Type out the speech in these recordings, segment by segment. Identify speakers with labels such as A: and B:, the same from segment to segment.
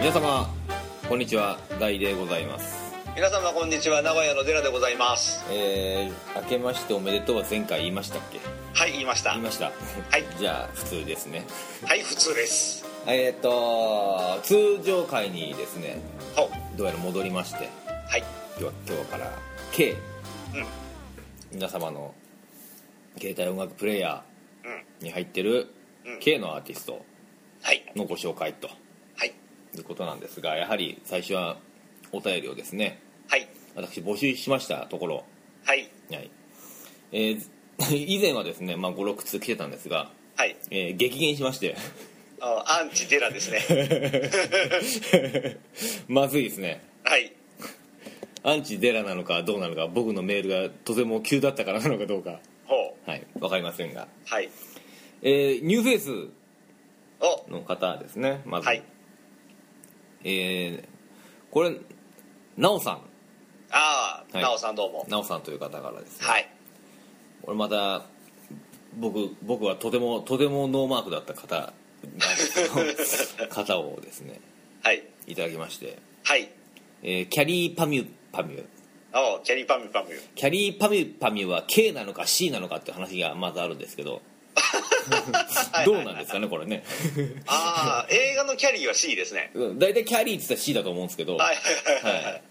A: 皆様こんにちはダイでございます
B: 皆様こんにちは名古屋の寺でございます
A: えー、明けましておめでとうは前回言いましたっけ
B: はい言いました
A: 言いました
B: はい
A: じゃあ普通ですね
B: はい普通です
A: えっ、と通常回にですね
B: ほ
A: どうやら戻りまして
B: はい
A: 今日は今日から計、
B: うん
A: 皆様の携帯音楽プレイヤ
B: うん
A: ーに入ってる
B: うん
A: K のアーティスト
B: はい
A: のご紹介と
B: はい
A: いうことなんですがやはり最初はお便りをですね
B: はい
A: 私募集しましたところ、
B: はい
A: はいえー 以前はですね、まあ、56通来てたんですが、
B: はい
A: えー激減しまして
B: あアンチ寺ですね
A: まずいですね
B: はい
A: アンチデラなのかどうなのか僕のメールがとても急だったからなのかどうか
B: ほう
A: はいわかりませんが、
B: はい
A: えーニューフェイス
B: お
A: の方ですねまず、
B: はい
A: えーこれなおさ
B: ああ
A: はい
B: なおさんどうも
A: んなおさんという方からですね、
B: はい
A: これまた僕僕はとてもとてもノーマークだった方なんです けど方をですね
B: はい
A: いただきまして、
B: はい
A: えーキャリーパミュパミュ
B: おキャリーパムパム
A: キャリーパミュパミュは K なのか C なのかって話がまずあるんですけどどうなんですかねこれね
B: ああ映画のキャリーは C ですね
A: うん大体キャリーって言ったら C だと思うんですけど、
B: はいはいはい
A: はい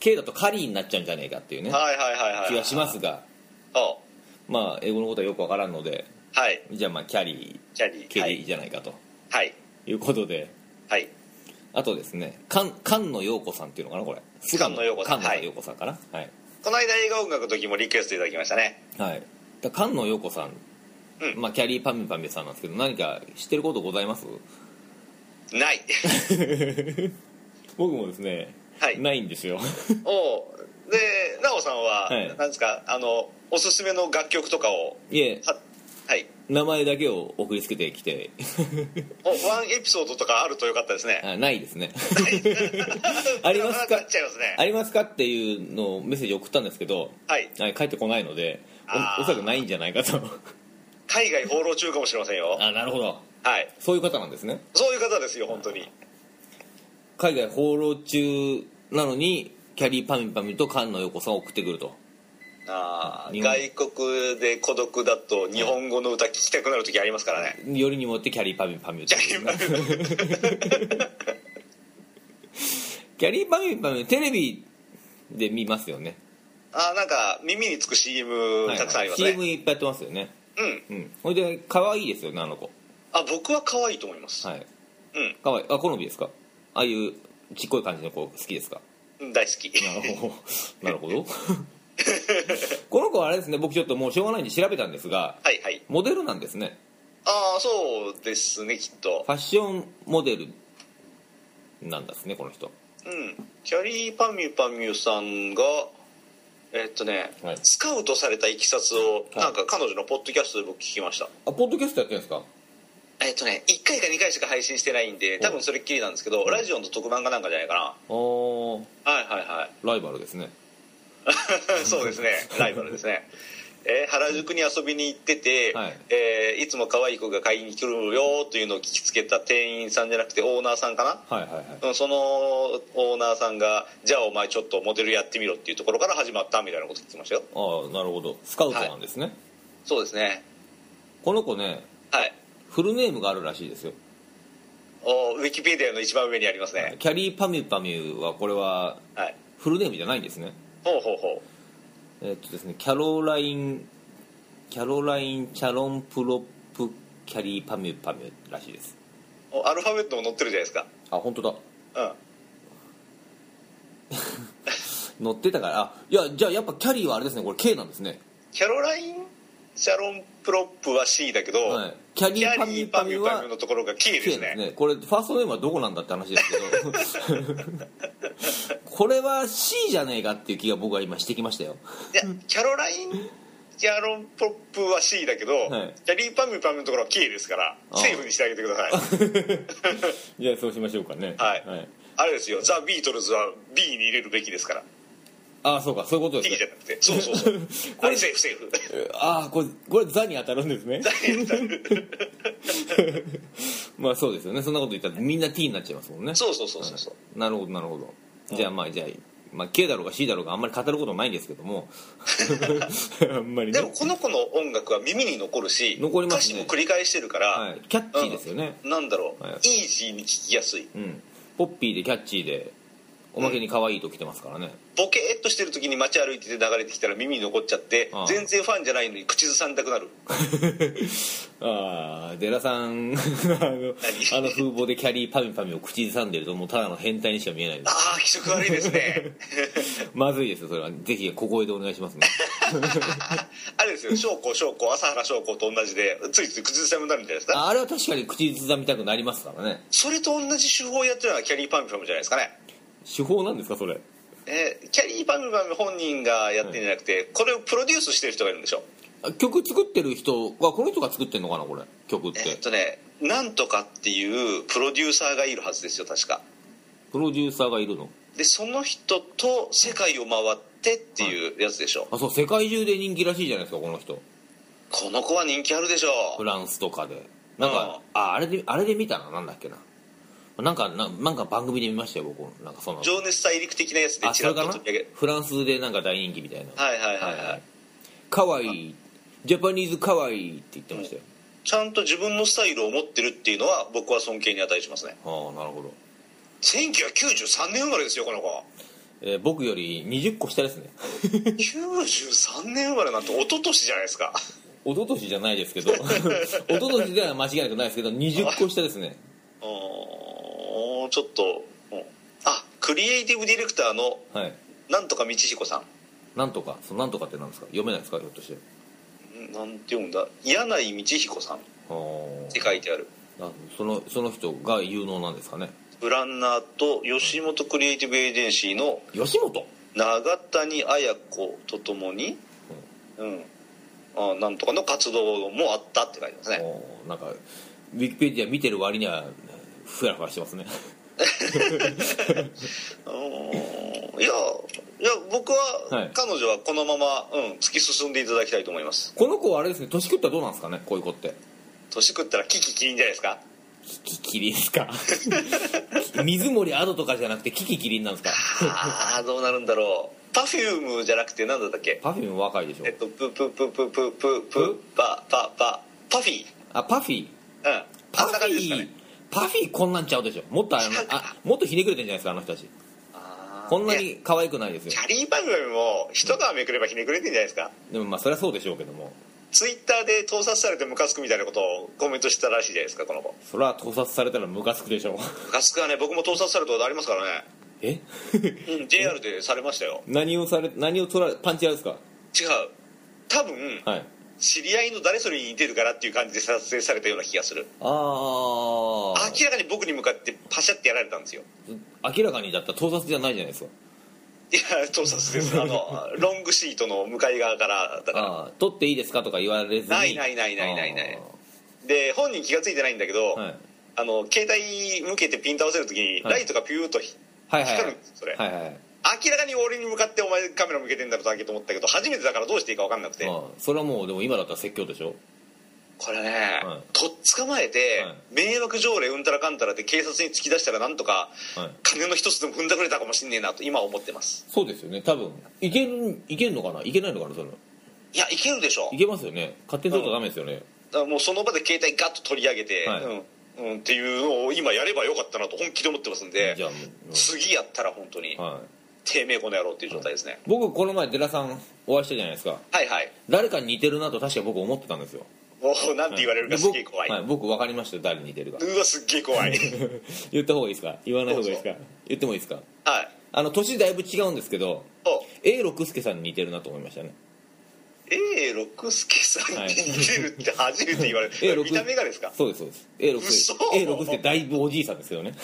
A: K だとカリーになっちゃうんじゃねえかっていうね
B: はいはいはいはい
A: 気はしますが
B: お
A: まあ英語のことはよくわからんので
B: はい
A: じゃあまあキャリ
B: キャリ
A: ー K
B: ーは
A: でいい
B: い
A: じゃないかと
B: はい
A: いうことで
B: はい
A: あとですね菅菅野陽子さんっていうのかなこれ
B: 菅野陽子さん
A: 菅
B: は
A: 野
B: い
A: 陽子さんかなはい、
B: この間映画音楽の時もリクエストいただきましたね
A: はい、だ菅野陽子さん、
B: うん
A: まあ、キャリーパミュパミュさんなんですけど何か知ってることござい ます
B: ない
A: 僕もですね、
B: はい
A: ないんですよ
B: おうで奈緒さんは、
A: はい
B: なんですかあのおすすめの楽曲とかを
A: いえ
B: ははい
A: 名前だけを送りつけてき て
B: おワンエピソードとかあるとよかったですね
A: あないです ねありますか
B: ななっちゃいますね
A: ありますかっていうのをメッセージ送ったんですけど、
B: はい
A: はい、帰ってこないので
B: あ
A: おお
B: ー
A: そらくないんじゃない かと
B: 海外放浪中かもしれませんよ
A: あなるほど
B: はい
A: そういう方なんですね
B: そういう方ですよ本当に
A: 海外放浪中なのにキャリーパミュパミュと菅野陽子さんを送ってくると
B: あー
A: 日本
B: 外国で孤独だと日本語の歌聴きたくなる時ありますからね
A: よりにもってキャリーパミュパミュって
B: キャリーパミ
A: キャリーパミュパミュテレビで見ますよね
B: あーなんか耳につく CM たくさんありますね、
A: はいはい CM いっぱいやってますよね
B: うん
A: うんほいで可愛いですよねあの子
B: あ僕は可愛いと思います、
A: はい
B: うん
A: 可愛いあ好みですかああいうちっこい感じの子好きですか
B: うん大好き
A: なる ほどなるほどこの子はあれですね僕ちょっともうしょうがないんで調べたんですが
B: はいはい
A: モデルなんですね
B: ああそうですねきっと
A: ファッションモデルなんですねこの人
B: うんキャリーパミュパミュさんがえっとね、
A: はい
B: スカウトされたいきさつを
A: はい
B: なんか彼女のポッドキャストで僕聞きました、
A: あポッドキャストやってるんですか
B: えっとね1回か2回しか配信してないんで多分それっきりなんですけどラジオの特番かなんかじゃないか
A: おー
B: なはいはいは
A: ライバルですね
B: いそうですねライバルですねえー原宿に遊びに行ってて、
A: はい
B: えーいつも可愛い子が買いに来るよというのを聞きつけた店員さんじゃなくてオーナーさんかな
A: はいはいはい
B: うんそのオーナーさんが「じゃあお前ちょっとモデルやってみろ」っていうところから始まったみたいなこと聞きましたよ
A: ああなるほどスカウトなんですね、
B: そうですね
A: この子ね
B: はい
A: フルネームがあるらしいですよ
B: おウィキペディアの一番上にありますね
A: キャリーパミュパミュはこれは
B: はい
A: フルネームじゃないんですね
B: ほうほうほ
A: えっとですねキャロラインキャロラインチャロンプロップキャリーパミュパミュらしいです
B: うおアルファベットも載ってるじゃないですか
A: あ本当だ
B: うん
A: 乗ってたからあいやじゃあやっぱキャリーはあれですねこれ K なんですね、
B: キャロラインシャロンプロップは C だけど、
A: はい、キャリ
B: キ
A: ー
B: ャ
A: パミ
B: リ
A: ュ
B: ーパ
A: パ
B: ミ
A: ミュ
B: ュパ
A: は
B: ミュのところが K です
A: K
B: ね
A: ですねこれファーストネームはどこなんだって話ですけ どこれは C じゃねえかっていう気が僕は今してきましたよ
B: いやキャロラインシャロンプロップは C だけど、
A: はい
B: キャリーパミュパミュのところは K ですから
A: あ
B: セーフにしてあげてください
A: じゃあそうしましょうかね
B: はいあれですよザ・ビートルズは B に入れるべきですから
A: ああそうかそういうことで
B: T
A: す
B: じゃ
A: ね
B: なくてそうそう そうはいセーフセーフ
A: ああこれこれザに当たるんですね まあそうですよねそんなこと言ったらみんな T になっちゃいますもんね
B: そうそうそうそうそう
A: なるほどなるほど
B: うん
A: じゃあまあじゃあまあ、K だろうが C だろうがあんまり語ることないんですけど も あんまりね
B: でもこの子の音楽は耳に残るし
A: 残りますね
B: 歌詞も繰り返してるから、
A: はい、キャッチーですよね、
B: なんだろう、
A: はい
B: イージーに聞きやすい
A: うん、ポッピーでキャッチーでおまけに可愛いと来てますから ね、
B: ボケーっとしてる時に街歩いてて流れてきたら耳に残っちゃって
A: ああ
B: 全然ファンじゃないのに口ずさんだくなる
A: ああデラさんあのあの風貌でキャリーパミパミを口ずさんでるともうただの変態にしか見えないです
B: ああ気色悪いで すね
A: まずいですよそれはぜひ小声でお願いしますね
B: あれですよ翔子翔子朝原翔子と同じでついつい口ずさむになるんじゃないですか
A: ああれは確かに口ずさみたくなりますからね
B: それと同じ手法をやってるのはキャリーパンピパムじゃないですかね
A: 手法なんですかそれ
B: えーキャリーパンピパム本人がやってんじゃなくてこれをプロデュースしてる人がいるんでしょ
A: あ曲作ってる人はこの人が作ってんのかなこれ曲っ
B: えー
A: て
B: っとねなんとかっていうプロデューサーがいるはずですよ確か
A: プロデューサーがいるの
B: でその人と世界を回ってっていうやつでしょ、
A: あそう世界中で人気らしいじゃないですかこの人
B: この子は人気あるでしょ
A: フランスとかでなんかああれであれで見たななんだっけななんかななんか番組で見ましたよ僕なんかその
B: 情熱大陸的なやつで
A: あ
B: ち
A: そ
B: ら
A: れ
B: っと
A: かな
B: 取り上げ
A: フランスでなんか大人気みたいな
B: はいはいはいはい、
A: かわいいジャパニーズかわいいって言ってましたよ、
B: ちゃんと自分のスタイルを持ってるっていうのは僕は尊敬に値しますね
A: ああなるほど、
B: 1993年生まれですよこの子
A: えー僕より20個下ですね
B: 93年生まれなんて一昨年じゃないですか
A: 一昨年じゃないです けど一昨年では間違いなくないですけど20個下ですね
B: うーんちょっとうんあクリエイティブディレクターの
A: はい
B: なんとか道彦さん
A: なんとかそのなんとかってなんですか読めないですかひょっとして
B: んなんて読むんだ柳井道彦さんっ
A: あー
B: て書いてある
A: あそのその人が有能なんですかね
B: プランナーと吉本クリエイティブエージェンシーの
A: 吉本
B: 永谷綾子とともに、うんあなんとかの活動もあったって書いてますね
A: おーなんかウィキペディア見てる割にはふやふやしてますね
B: うーんいやいや僕は、
A: はい
B: 彼女はこのまま、うん、突き進んでいただきたいと思います
A: この子はあれですね年食ったらどうなんですかねこういう子って
B: 年食ったらキキキリンじゃないですか
A: キキキリンです か水森アドとかじゃなくてキキキリンなんですか
B: ああどうなるんだろうパフュームじゃなくてなんだったっけ
A: パフューム若いでしょ
B: えっとプププププププパパパパフィー
A: あパフィー
B: うん
A: パ
B: あん
A: フ
B: な感じです
A: ィ
B: か
A: ー、
B: ね
A: パフィーこんなんちゃうでしょもっとあのあもっとひねくれてんじゃないですかあの人たち
B: あー
A: こんない
B: や
A: に可愛くないですよ
B: キャリー番組も一皮めくればひねくれてんじゃないですか
A: でもまあそりゃそうでしょうけども
B: ツイッターで盗撮されてムカつくみたいなことをコメントしてたらしいじゃないですかこの子
A: そりゃ盗撮されたらムカつくでしょう
B: ムカつくはね僕も盗撮されたことありますからね
A: え
B: うん JR でされましたよ
A: 何をされ何を取られパンチやるんですか
B: 違う多分
A: はい
B: 知り合いの誰それに似てるからっていう感じで撮影されたような気がする
A: ああ
B: 明らかに僕に向かってパシャってやられたんですよ
A: 明らかにだったら盗撮じゃないじゃないですか
B: いや盗撮ですあのロングシートの向かい側からだから
A: ああ撮っていいですかとか言われずに
B: ないないないないないないで本人気が付いてないんだけど、
A: あーはい
B: あの携帯向けてピント合わせる時に
A: はい
B: ライトがピューッとひ
A: はいはい
B: 光るんですそれ
A: はいはい
B: 明らかに俺に向かってお前カメラ向けてんだろだけと思ったけど初めてだからどうしていいか分かんなくて
A: ああそれはもうでも今だったら説教でしょ
B: これね、
A: はい
B: とっ捕まえて、
A: はい
B: 迷惑条例うんたらかんたらで警察に突き出したらなんとか
A: はい
B: 金の一つでも踏んだくれたかもしんねえなと今思ってます
A: そうですよね多分いけるいけるのかないけないのかなそれ
B: いやいけるでしょ
A: いけますよね勝手に撮ったらダメですよね、
B: だからもうその場で携帯ガッと取り上げて、
A: はい
B: うんうん、っていうのを今やればよかったなと本気で思ってますんで
A: じゃあも
B: 次やったら本当に、
A: う、はい、
B: てめえこの野郎っていう状態ですね、
A: 僕この前デラさんお会いしたじゃないですか
B: はいはい
A: 誰かに似てるなと確か僕思ってたんですよ
B: おおなんて言われるか
A: です
B: げえ怖い、
A: 僕,、はい、僕分かりましたよ誰に似てるか
B: うわすっげえ怖いはい
A: 言った方がいいですか言わない方がいいですか言ってもいいですかあの年だいぶ違うんですけど
B: お
A: A 六輔さんに似てるなと思いましたね
B: A 六輔さんに似てるって初めて言われ
A: A
B: る
A: 六
B: 見た目がですか
A: そうですそうです A 六
B: 嘘
A: 輔 A 六輔だいぶおじいさんですよね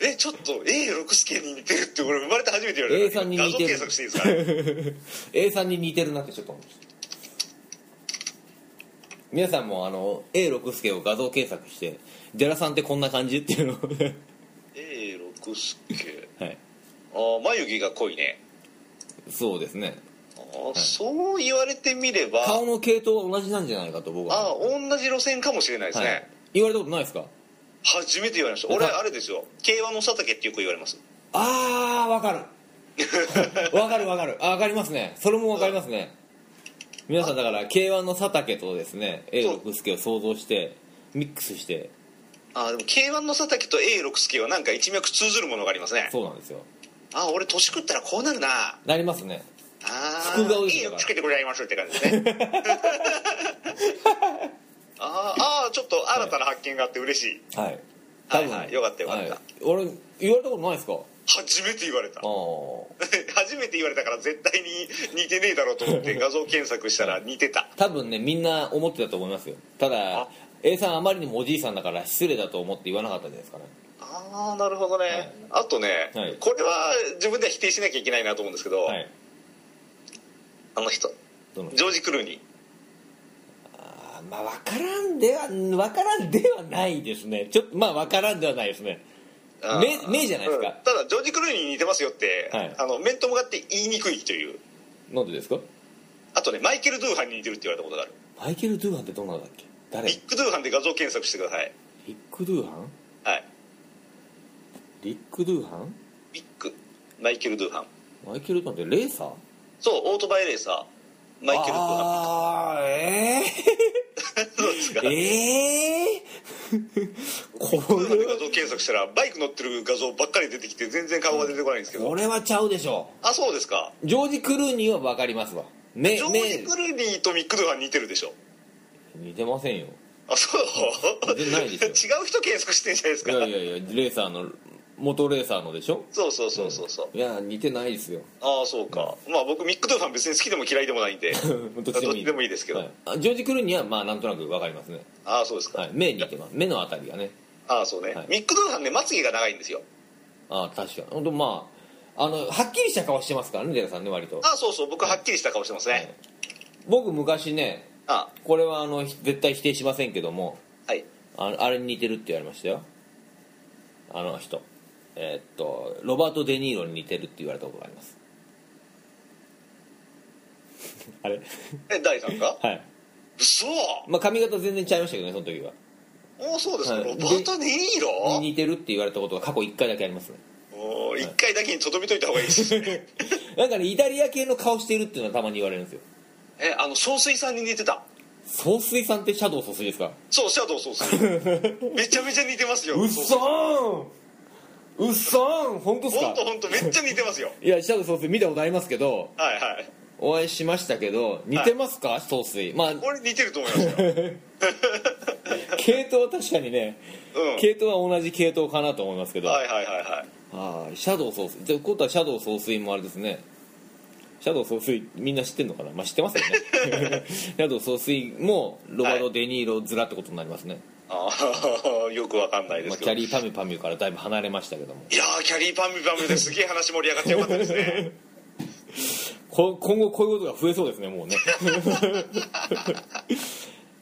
B: えちょっと A 六輔に似てるって俺生まれて初めて言われ
A: A
B: た
A: さんに似てる
B: 画像検索していいですか、ね、
A: A さんに似てるなってちょっと思いました皆さんもあの A 六輔を画像検索してデラさんってこんな感じっていうのを
B: A 六輔
A: はい
B: あー眉毛が濃いね
A: そうですね
B: あー、そう言われてみれば
A: 顔の系統は同じなんじゃないかと僕は
B: ああ同じ路線かもしれないですね、
A: はい、言われたことないですか
B: 初めて言われました俺あれですよ競馬の佐竹ってよく言われます
A: ああわか るわかるわかるあわかりますねそれもわかりますね皆さんだから k 1の佐竹とですね A
B: そう
A: 六輔を想像してミックスして
B: あでも k 1の佐竹と A 六助はなんか一脈通ずるものがありますね
A: そうなんですよ
B: あ俺年食ったらこうなるな
A: なりますね
B: あ
A: 福が多いです
B: いい
A: よ
B: よつけてくれましょうって感じですね あーあーちょっと新たな発見があって嬉しい
A: はい
B: はいはいよかったよかった
A: はい俺言われたことないですかあ
B: 初めて言われた
A: あ
B: 初めて言われたから絶対に似てねえだろうと 思って画像検索したら似てた
A: 多分ねみんな思ってたと思いますよただ
B: あ
A: A さんあまりにもおじいさんだから失礼だと思って言わなかったんじゃないですかね
B: ああなるほどね、あとね、
A: はい
B: これは自分では否定しなきゃいけないなと思うんですけど、
A: はい
B: あの人
A: どの人
B: ジョージ・クルーニー
A: あーまあ分からんでは分からんではないですねちょっとまあ分からんではないですね
B: あー
A: 目目じゃないですか
B: うんただジョージ・クルーニーに似てますよって、
A: はい
B: あの面と向かって言いにくいという
A: なんでですか
B: あとねマイケル・ドゥーハンに似てるって言われたことがある
A: マイケル・ドゥーハンってどんなのだっけ誰
B: ビ
A: リ
B: ッグ・ドゥーハンで画像検索してください
A: ック・ドゥーハン
B: はい
A: リック・ドゥーハン
B: ビッグマイケル・ドゥーハン
A: マイケル・ドゥーハンってレーサー
B: そうオートバイレーサーマイケル・ドゥーハン
A: ああえ
B: そうですか
A: ー、えー、 こ
B: ドゥーハンで
A: れ
B: 画像検索したらバイク乗ってる画像ばっかり出てきて全然顔が出てこないんですけど、
A: これはちゃうでしょ
B: あそうですか
A: うジョージ・クルーニーは分かりますわ目
B: ジョージ・
A: 目
B: クルーニーとミック・ドゥーハン似てるでしょ
A: 似てませんよ
B: あそう
A: 似てないですよ
B: 違う人検索してんじゃないです
A: い
B: か
A: やいやいやレーサーの元レーサーのでしょ
B: そうそうそうそうそう
A: いや似てないですよ
B: ああそうか、まあ僕ミック・ドゥーハン別に好きでも嫌いでもないんで
A: どっちでもいい
B: どっちでもいいですけど
A: はあジョージ・クルーニーはまあなんとなく分かりますね、
B: ああそうですか、
A: はい、目似てます目のあたりがね
B: ああそうね、
A: はい
B: ミック・ドゥーハンねまつげが長いんですよ
A: ああ確かにほんとまああのはっきりした顔してますからねデラさんね割と
B: ああそうそう僕はっきりした顔してますね、
A: 僕昔ね
B: あ
A: これはあのひ絶対否定しませんけども
B: あはい
A: あのあれに似てるって言われましたよあの人えーっとロバート・デ・ニーロに似てるって言われたことがあります あれ
B: え第3か
A: はい
B: 嘘
A: まあ髪型全然違いましたけどねその時は
B: おおそうですか、
A: はい
B: ロバート・デ・ニーロ
A: に似てるって言われたことが過去1回だけありますね
B: おお1回だけにとどめといた方がいいですね
A: なんかねイタリア系の顔してるっていうのはたまに言われるんですよ
B: えあの総帥さんに似てた
A: 総帥さんってシャドウ総帥ですか
B: そうシャドウ総帥 めちゃめちゃ似てますよ
A: うっそーんうっそーん本当っすか
B: 本当本当めっちゃ似てますよ
A: いやシャドウ総帥見たことありますけど
B: はいはい
A: お会いしましたけど似てますか、総帥まあ
B: 俺似てると思いますよ、
A: 系統は確かにね、
B: う
A: 系統は同じ系統かなと思いますけ
B: ん、
A: ど、
B: はいはいはいはい
A: はいシャドウ総帥ってことはシャドウ総帥もあれですねシャドウ総帥みんな知ってんのかなまあ知ってますよね シャドウ総帥もロバート・デ・ニーロ面ってことになりますね、
B: ああ よくわかんないで
A: まあ、
B: すけ
A: キ
B: ど、
A: ャリーパミュパミュからだいぶ離れましたけども
B: いやーキャリーパンミュパンミュですげえ話盛り上がってよかったです ね
A: こ今後こういうことが増えそうですね もうね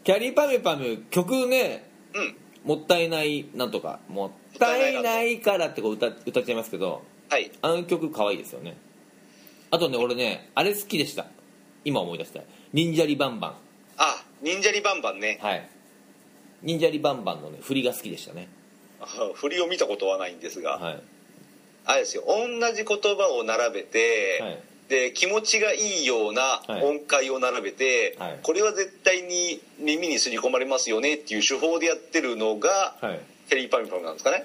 A: キャリーパミュパミュ曲ね
B: うん
A: もったいないなんとかもったいないからってこう歌歌っちゃいますけど
B: はい
A: あの曲可愛いですよねあとね俺ねあれ好きでした今思い出した忍者リバンバン
B: あ忍者リバンバンね
A: はい忍者リバンバンのね振りが好きでしたね
B: あ振りを見たことはないんですが、
A: はい
B: あれですよ同じ言葉を並べて、
A: はい
B: で気持ちがいいような
A: はい
B: 音階を並べて、
A: はい
B: これは絶対に耳にすり込まれますよねっていう手法でやってるのが、
A: はい
B: キャリーパンミュパンミュなんですかね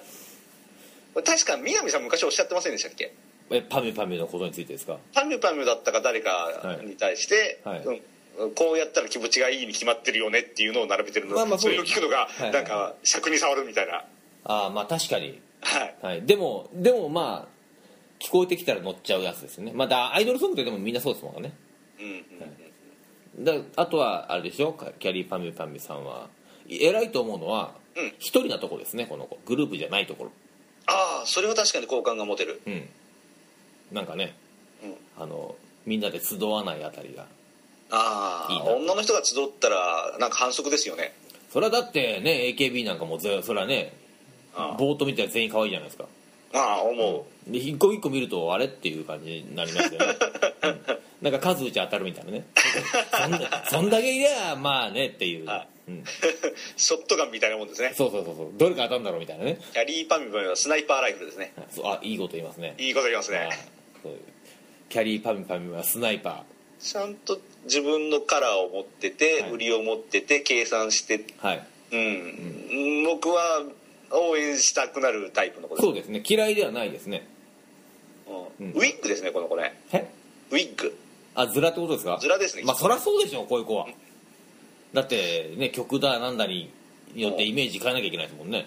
B: これ確か南さん昔おっしゃってませんでしたっけ
A: えパミュパミュのことについてですか
B: パミュパミュだったか誰かに対して、
A: はいはい
B: うんこうやったら気持ちがいいに決まってるよねっていうのを並べてるの、
A: まあまあ
B: それ
A: そ
B: を
A: うで
B: 聞
A: す
B: くのが
A: はい
B: なんか尺に触るみたいな、
A: ああまあ確かに
B: はい、
A: はい、でもでもまあ聞こえてきたら乗っちゃうやつですよねまあだアイドルソングってでもみんなそうですもんね
B: うんうん
A: だあとはあれでしょかキャリーパミュパミュさんはい偉いと思うのは
B: うん
A: 一人なとこですねこの子グループじゃないところ
B: ああそれは確かに好感が持てる
A: うんなんかね、
B: う
A: あのみんなで集わないあたりが
B: あ
A: いい
B: あ
A: な
B: 女の人が集ったらなんか反則ですよね
A: それはだってね AKB なんかもぜそれはね
B: あ
A: ボート見たら全員可愛いじゃないですか
B: あああ思う
A: で一個一個見るとあれっていう感じになりますよね、なんか数打ち当たるみたいなねそんだそんだけいりゃまあねっていう、
B: は
A: うん、
B: ショットガンみたいなもんですね
A: そうそうそうそうどれか当たるんだろうみたいなね
B: キャリーパミュパミュはスナイパーライフルですね
A: そうあいいこと言いますね
B: いいこと言いますね
A: あそうキャリーパミパミはスナイパ
B: ちゃんと自分のカラーを持ってて、
A: はい
B: 売りを持ってて計算して
A: ーはい
B: うん、僕は応援したくなるタイプの子です
A: そうですね嫌いではないですね
B: うん
A: うん
B: ウィッグですねこの子ね
A: え
B: ウィッグ
A: あズラってことですか
B: ズラですね
A: まあそりゃそうでしょこういう子はだってね曲だなんだによってイメージ変えなきゃいけないですもんね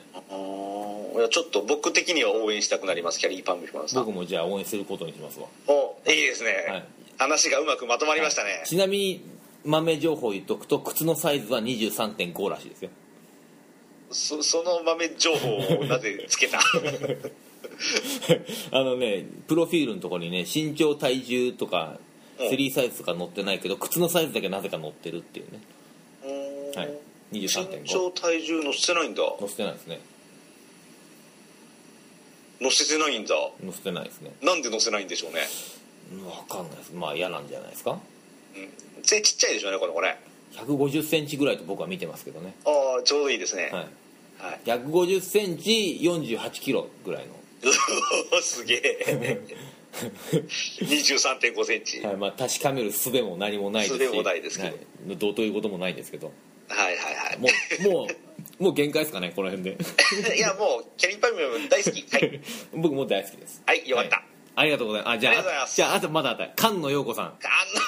B: いやちょっと僕的には応援したくなりますキャリーパンビフマンさん
A: 僕もじゃあ応援することにしますわ
B: おいいですね、
A: はい
B: 話がうまくまとまりましたね、
A: ちなみに豆情報言っとくと靴のサイズは23.5らしいですよ
B: そ その豆情報をなぜつけた
A: あのねプロフィールのところにね身長体重とか
B: うん
A: スリーサイズとか載ってないけど靴のサイズだけなぜか載ってるっていうね
B: うーん
A: はい
B: 身
A: 23.5
B: 長体重乗せてないんだ
A: 載せてないですね
B: 乗せてないんだ
A: 載せてないですね
B: なんで乗せないんでしょうね、
A: うんわかんないですまあ嫌なんじゃないですか
B: うん、背ちっちゃいでしょうねこの子ね
A: 1 5 0ンチぐらいと僕は見てますけどね、
B: ああちょうどいいです
A: は
B: ね、
A: い、
B: はい
A: 1 5 0ンチ4 8キロぐらいう
B: おすげえ 23.5センチ、
A: の、
B: はい、
A: はいまあ、確かめる術も何もないですし
B: 術もないですけど
A: はいどうということもないですけど
B: はいはい
A: もうもうもう限界ですかねこの辺で
B: いやもうキャリーパミュ大好き はい、
A: 僕もう大好きです
B: はい、よかった、
A: はいありがとうございますあじゃ
B: あ
A: あ
B: りがとうございます
A: じゃああとまだあった菅野陽子さん
B: あ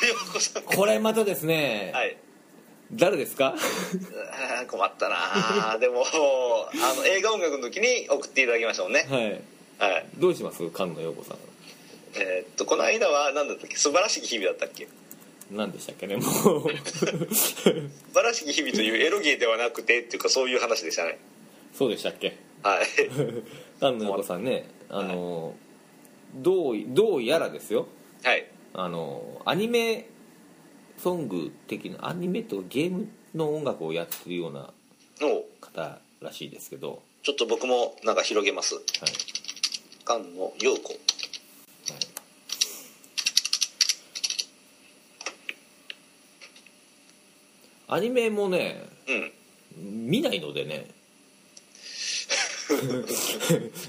B: のようこさん
A: これまたですね、
B: はい
A: 誰ですか
B: あー困ったなーでもあの映画音楽の時に送っていただきましたもんね
A: はい
B: はい
A: どうします菅野陽子さん
B: えーっとこの間は何だったっけ素晴らしき日々だったっけ
A: 何でしたっけねもう
B: 素晴らしき日々というエロゲーではなくてっていうかそういう話でしたね
A: そうでしたっけ
B: はい
A: 菅野陽子さんねあの、どうどうやらですよ
B: はい
A: あのアニメソング的なアニメとゲームの音楽をやってるような
B: もう
A: 方らしいですけど、
B: ちょっと僕もなんか広げます
A: はいはい
B: 菅野陽子
A: アニメもね
B: うん
A: 見ないのでね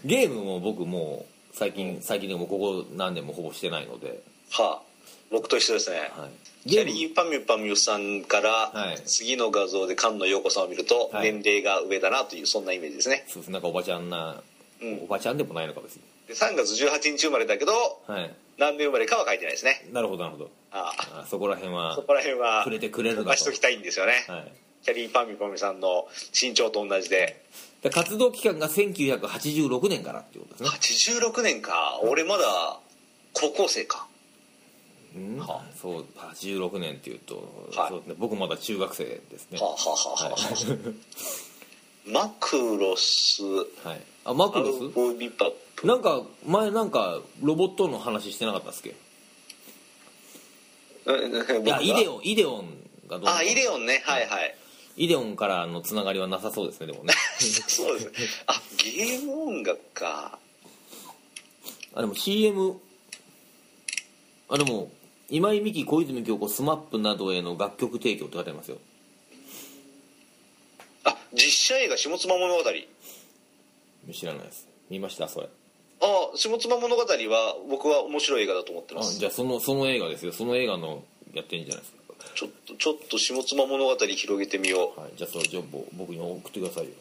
A: ゲームも僕もう最近最近でもここ何年もほぼしてないので、
B: はあ僕と一緒ですね
A: はい、
B: キ
A: ゲ
B: ャ
A: ー
B: リーパミュパミュさんから、
A: はい
B: 次の画像で菅野陽子さんを見ると、
A: はい
B: 年齢が上だなというそんなイメージですね
A: ムそうですなんかおばちゃんな、
B: うん
A: おばちゃんでもないのか別に
B: で3月18日生まれだけど
A: はい
B: 何年生まれかは書いてないですね
A: なるほどなるほど
B: ああ
A: あそこら辺は
B: そこら辺は
A: 触れてくれるなと
B: 飛ばしときたいんですよね、
A: はい
B: キャリーパミュパミュさんの身長と同じで
A: で活動期間が1986年からっていうことですね
B: 86年か俺まだ高校生か
A: うんそう86年っていうと、
B: はい
A: そうですね僕まだ中学生ですね
B: はあはあはあはあ、
A: はい
B: マクロス
A: はい、あマ
B: ア
A: ク
B: ル
A: ロ
B: フ
A: ス
B: ォビパップ
A: なんか前なんかロボットの話してなかったっすっけいやイデ
B: ン
A: オンイデオンがどう
B: あイデオンねはいはい
A: イデオンからのつながりはなさそうですねでもね
B: そうですねあゲーム音楽か
A: あでも CM あでも今井美樹小泉京子 SMAP などへの楽曲提供って書いてありますよ
B: あ実写映画「下妻物語」
A: 知らないです見ましたそれ
B: あ下妻物語は僕は面白い映画だと思って
A: あ
B: ます
A: じゃあそのその映画ですよその映画のやってんじゃないですか、
B: ちょっとちょっと下妻物語広げてみよう
A: はい、じゃあそれじゃあぼ僕に送ってくださいよ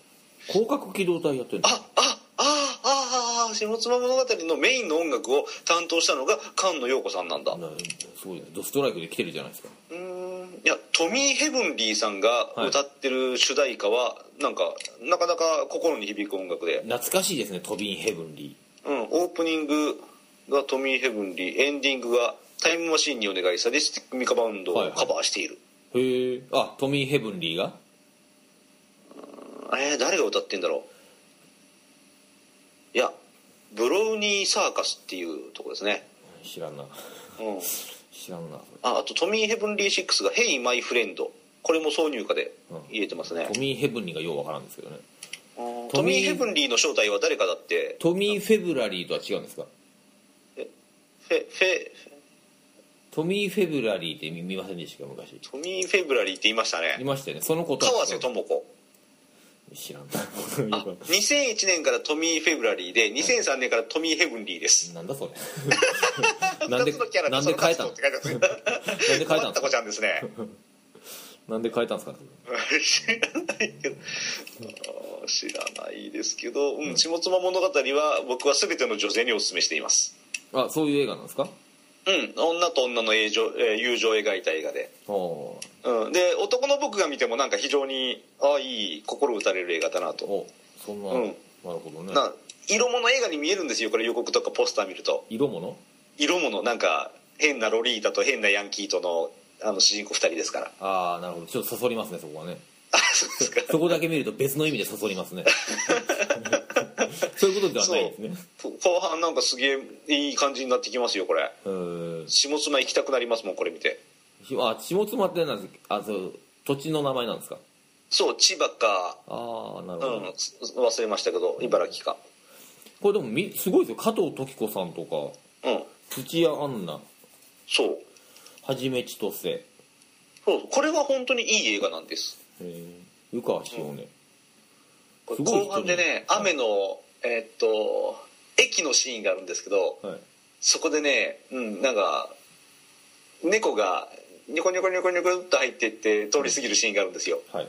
A: 広角機動隊やってるの
B: あああああ下妻物語のメインの音楽を担当したのが菅野陽子さんなんだ
A: なすごいねドストライクで来てるじゃないですか
B: うーんいやトミー・ヘブンリーさんが
A: はい
B: 歌ってる主題歌はなんかなかなか心に響く音楽で、
A: 懐かしいですねトビンヘブンリ
B: うん、オープニングがトミー・ヘブンリーエンディングが「タイムマシーンにお願い」サディスティック・ミカバンドをカバーしている、
A: ーへえあトミーヘブンリーが
B: えー誰が歌ってんだろういやブロウニー・サーカスっていうとこですね、
A: 知らんな
B: うん、
A: 知らんなそれ
B: ああとトミー・ヘブンリー・シックスが「Hey My Friend」これも挿入歌で入れてますね
A: ト、ミーヘブンリーがようわからんですけどね
B: うんトミー・ヘブンリーの正体は誰かだって
A: トミーフェブラリーとは違うんですか
B: フェフェ
A: トミー・フェブラリーって見見ませんでしたか昔
B: トミー・フェブラリーって言いました
A: い
B: ね
A: ましたよねその子た
B: 川瀬智子
A: 知らん なよく
B: 2001年からトミー・フェブラリーで2003年からトミー・ヘブンリーです
A: なんだそれなん
B: 2
A: で
B: つのキャラ
A: なん
B: そ
A: で
B: の
A: 変え
B: 活
A: た
B: 動
A: の
B: って書いてます
A: なん
B: ね
A: で変えたんで
B: 困っ
A: す
B: た子
A: か
B: ちゃんですね
A: なんで変えたんですか
B: 知らないけどあー知らないですけど「うん、下妻物語」は僕は全ての女性にお勧めしています
A: あそういう映画なんですか
B: うん女と女の友情えー友情を描いた映画で、
A: おー
B: うん、で男の僕が見てもなんか非常にああいい心打たれる映画だなと、
A: おそんな、
B: うん
A: なるほどね
B: な色物映画に見えるんですよこれ予告とかポスター見ると
A: 色物
B: 色物なんか変なロリータと変なヤンキーとのあの主人公2人ですから
A: ああなるほどちょっとそそりますねそこはね
B: あそうですか
A: そこだけ見ると別の意味でそそり ますねそういうことではないですね
B: こ後半なんかすげえいい感じになってきますよこれ
A: うーん
B: 下妻行きたくなりますもんこれ見て
A: ひあ下妻ってなんですあそう土地の名前なんですか
B: そう千葉か
A: ああなるほ
B: う
A: ど、
B: んす忘れましたけど茨城か
A: これでもみすごいですよ加藤時子さんとか
B: うん
A: 土屋アンナ
B: そう
A: はじめ千歳
B: そうこれは本当にいい映画なんです
A: えー湯川潮ね、
B: これ
A: すごい人
B: 後半でね雨のえーっと駅のシーンがあるんですけど
A: はい
B: そこでね、うん、なんか猫がニョコニョコニョコニョコっと入ってって通り過ぎるシーンがあるんですよ
A: はい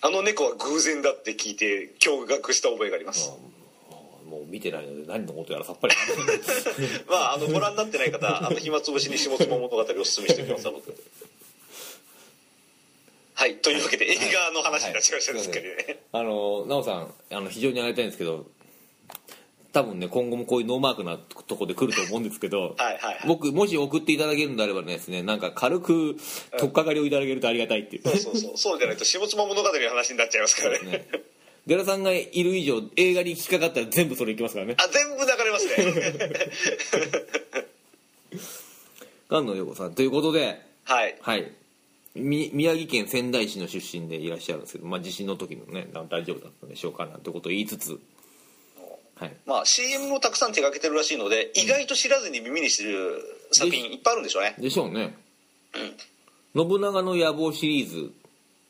B: あの猫は偶然だって聞いて驚愕した覚えがありま
A: あ
B: す
A: ーもう見てないので何のことやらさっぱり
B: まああのご覧になってない方あの暇つぶしに下妻物語をおすすめしておきます僕はいというわけで映画の話になっちゃいましたね
A: はい
B: すっかりね
A: あの奈緒さんあの非常にありがたいんですけど多分ね今後もこういうノーマークなとこで来ると思うんですけど
B: はいはいはい
A: 僕もし送っていただけるのであればですねなんか軽く取っかかりをいただけるとありがたいっていう
B: そうそうそうそうじゃないと下妻物語の話になっちゃいますからね
A: ねデラさんがいる以上映画に引っかかったら全部それいきますからね
B: あ全部流れますね
A: 菅野陽子さんということで
B: はい
A: はいみ宮城県仙台市の出身でいらっしゃるんですけど、まあ、地震の時のねな大丈夫だったんでしょうかなんてことを言いつつはい
B: まあ CM もたくさん手掛けてるらしいので意外と知らずに耳にしてる作品いっぱいあるんでしょうね
A: でしょうね信長の野望シリーズ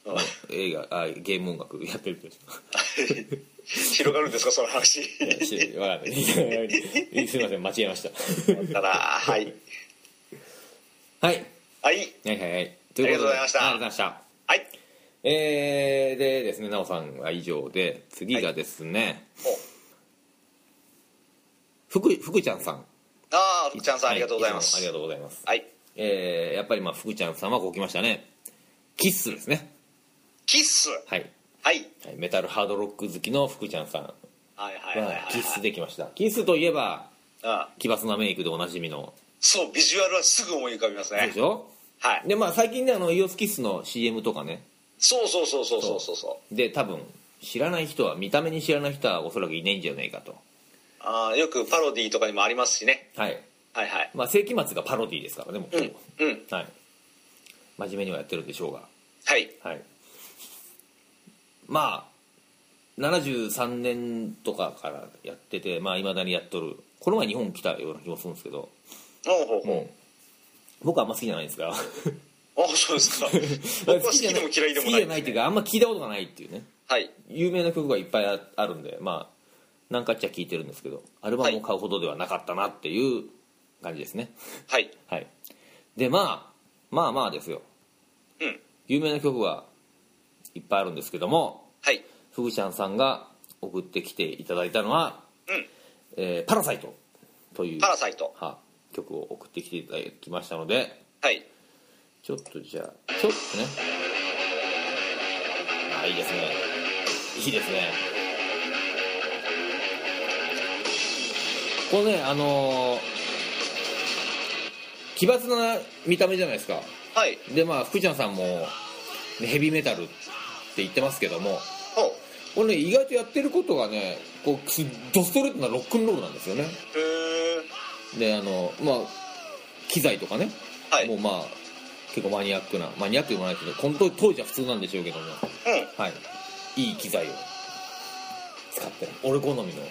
B: うん
A: 映画あゲーム音楽やってるでしょ
B: 広がるんですかその 話
A: 知らない すいません間違えました
B: だなはい
A: はい
B: はい
A: はいはいはいということで
B: ありがとうございました
A: ありがとうございました
B: はい
A: えー、でですね奈緒さんは以上で次がですね、
B: お
A: 福福ちゃんさん
B: ああ福ちゃんさんありがとうございま
A: は
B: す
A: いつもありがとうございます
B: はい
A: えー、やっぱりまあ福ちゃんさんはこう来ましたねキッスですね
B: キッス
A: はい、
B: はい
A: はい、メタルハードロック好きの福ちゃんさんは
B: はいはいはいはいはい
A: キッスできましたキッスといえば
B: ああ
A: 奇抜なメイクでおなじみの
B: そうビジュアルはすぐ思い浮かびます
A: で
B: ね
A: しょ
B: はい
A: でまあ最近ねあのイオスキッスの CM とかね
B: そうそうそうそうそうそうそう
A: で多分知らない人は見た目に知らない人はおそらくいないんじゃないかと
B: ああよくパロディーとかにもありますしね
A: はい
B: はいはい
A: まあ世紀末がパロディですからねもう、
B: うん
A: はい真面目にはやってるんでしょうが
B: はい
A: はいまあ73年とかからやっててまあいまだにやっとるこの前日本来たような気もするんですけど
B: おうほうほう
A: もう僕はあんま好きじゃないんですが
B: あそうですか僕は好きでも嫌いで も
A: 好き
B: な
A: じ
B: い
A: ゃないっていうかあんま聞いたことがないっていうね
B: はい
A: 有名な曲がいっぱいああるんでまあ何かっちゃ聞いてるんですけどアルバムを買うほどではなかったなっていう感じですね
B: はい
A: はい、でまあまあまあですよ
B: うん
A: 有名な曲はいっぱいあるんですけども
B: はい
A: ふぐちゃんさんが送ってきていただいたのは
B: うん
A: 「えーパラサイト」という
B: パラサイト
A: は曲を送ってきていただきましたので
B: はい
A: ちょっとじゃあちょっとねあいいですねいいですねこれねあのー奇抜な見た目じゃないですか
B: はい
A: でまあ福ちゃんさんもねヘビーメタルって言ってますけども
B: ほう
A: これね意外とやってることがねこうすドストレートなロックンロールなんですよね
B: へえ
A: であのまあ機材とかね、
B: はい
A: もう
B: うん
A: まあ結構マニアックなマニアックでもないけどこの当当時は普通なんでしょうけどもはいいい機材を使ってる俺好みの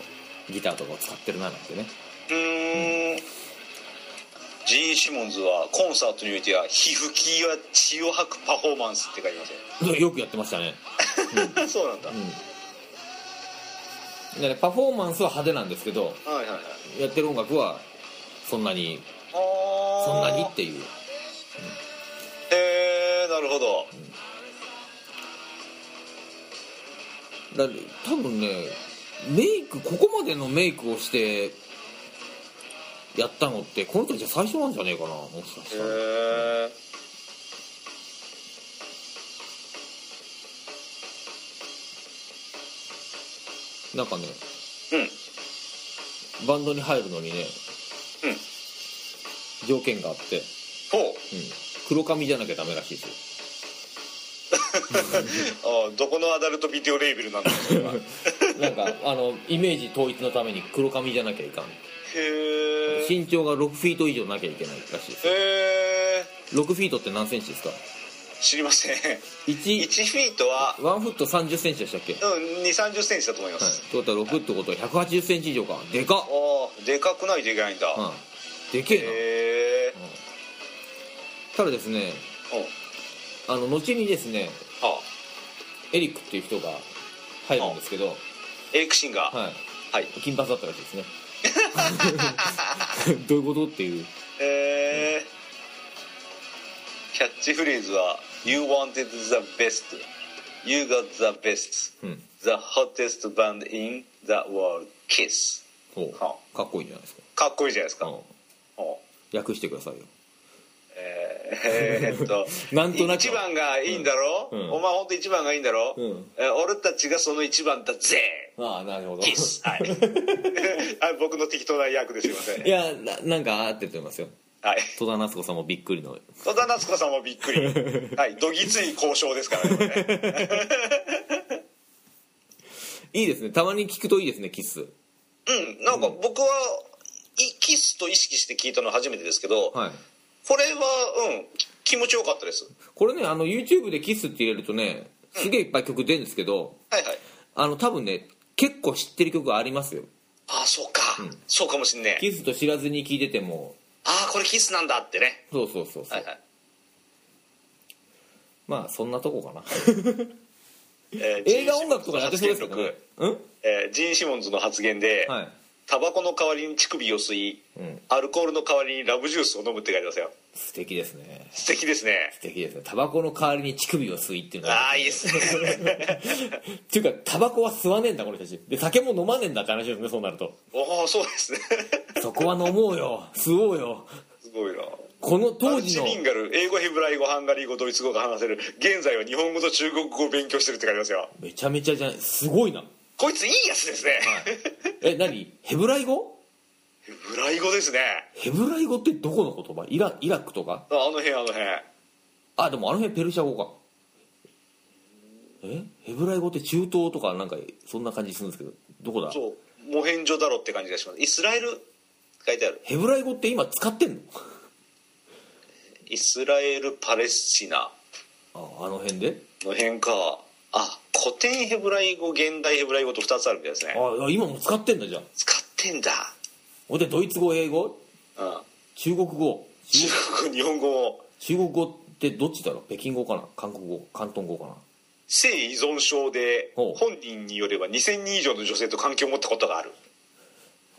A: ギターとかを使ってるななんてね
B: うーんジーン・シモンズはコンサートにおいては皮膚きは血を吐くパフォーマンスって書いてます
A: よくやってましたね
B: よそうなんだ、
A: うんだからパフォーマンスは派手なんですけど
B: はいはいはい
A: やってる音楽はそんなに
B: あー
A: そんなにっていう
B: へえなるほど
A: だから多分ねメイクここまでのメイクをしてやったのってこの人たち最初なんじゃねえかなもしかし
B: へ
A: たら
B: え
A: なんかね
B: うん
A: バンドに入るのにね
B: うん
A: 条件があって、うん、
B: ほう
A: 黒髪じゃなきゃダメらしいです
B: あーどこのアダルトビデオレーベルなんだろう それはへ
A: よなんかあのイメージ統一のために黒髪じゃなきゃいかん
B: えへ
A: 身長が6フィート以上なきゃいけないらしいです
B: え
A: 6フィートって何センチですか
B: 知りません
A: 1
B: 1フィートは
A: ワンフット30センチでしたっけはい
B: うん2 3 0センチだと思います、
A: ってことは6ってことは180センチ以上かでかっ
B: ああでかくないといけないんだ、
A: う
B: へ
A: んでけえ
B: え
A: なうんただですね
B: うん
A: あの後にですね
B: あ
A: エリックっていう人が入るんですけど
B: エリックシンガー
A: はい
B: はい
A: 金髪だったらしいです ねどういうことっていう
B: へえキャッチフレーズは「You wanted the best You got the best
A: うん
B: The hottest band in the world Kiss
A: ほ
B: は
A: うかっこいいんじゃないです」
B: かっこいいじゃないです
A: か
B: か、
A: うん
B: お
A: 訳してくださいよ
B: えーえーっと
A: なんとなく
B: 一番がいいんだろ、
A: うん
B: お前本当一番がいいんだろ、
A: うん
B: えー俺たちがその一番だぜ
A: ああなるほど
B: キスはい あ僕の適当な役ですいません
A: いやななんか合ってると思いますよ
B: はい
A: 戸田夏子さんもびっくりの
B: 戸田夏子さんもびっく りはいどぎつい交渉ですからねこれね
A: いいですねたまに聞くといいですねキス
B: うんなんか僕はいキスと意識して聞いたの初めてですけど、
A: はい
B: これはうんき気持ちよかったです
A: これねあの YouTube でキスって入れるとねすげえいっぱい曲出るんですけど
B: はいはい
A: あの多分ね結構知ってる曲ありますよ
B: ああそうか、そうかもしんねえ
A: キスと知らずに聴いてても
B: ああこれキスなんだってね
A: そうそうそうそう、
B: はいはい
A: まあそんなとこ かな
B: えー
A: 映画音楽とかやってそうですけどね
B: 発言
A: う
B: 録
A: ん
B: えージン・シモンズの発言で、
A: はい
B: タバコの代わりに乳首を吸い、
A: うん
B: アルコールの代わりにラブジュースを飲むって書いてますよ
A: 素敵ですね
B: 素敵ですね
A: 素敵ですねタバコの代わりに乳首を吸いっていうの
B: あ
A: は
B: あいいで すね
A: っていうかタバコは吸わねえんだこの人たちで酒も飲まねえんだって話ですねそうなると
B: おおそうですね
A: そこは飲もうよ吸おうよ
B: すごいな
A: この当時
B: チ
A: の
B: リンガル英語ヘブライ語ハンガリー語ドイツ語が話せる現在は日本語と中国語を勉強してるって書いてますよ
A: めちゃめちゃじゃないすごいな
B: こいついいやつですね、
A: え何ヘブライ語
B: ヘブライ語ですね
A: ヘブライ語ってどこの言葉イライラクとか
B: ああの辺あの辺
A: あでもあの辺ペルシャ語かえヘブライ語って中東とかなんかそんな感じするんですけどどこだ
B: そうモヘンジョだろって感じがしますイスラエル書いてある
A: ヘブライ語って今使ってんの
B: イスラエルパレスチナ
A: ああの辺で
B: の辺かあ古典ヘブライ語現代ヘブライ語と2つあるみたいですね
A: あ今も使ってんだじゃん
B: 使ってんだ
A: ほんでドイツ語英語
B: うん
A: 中国語
B: 中国語日本語も
A: 中国語ってどっちだろう北京語かな韓国語広東語かな
B: 性依存症で
A: ほう
B: 本人によれば2000人以上の女性と関係を持ったことがある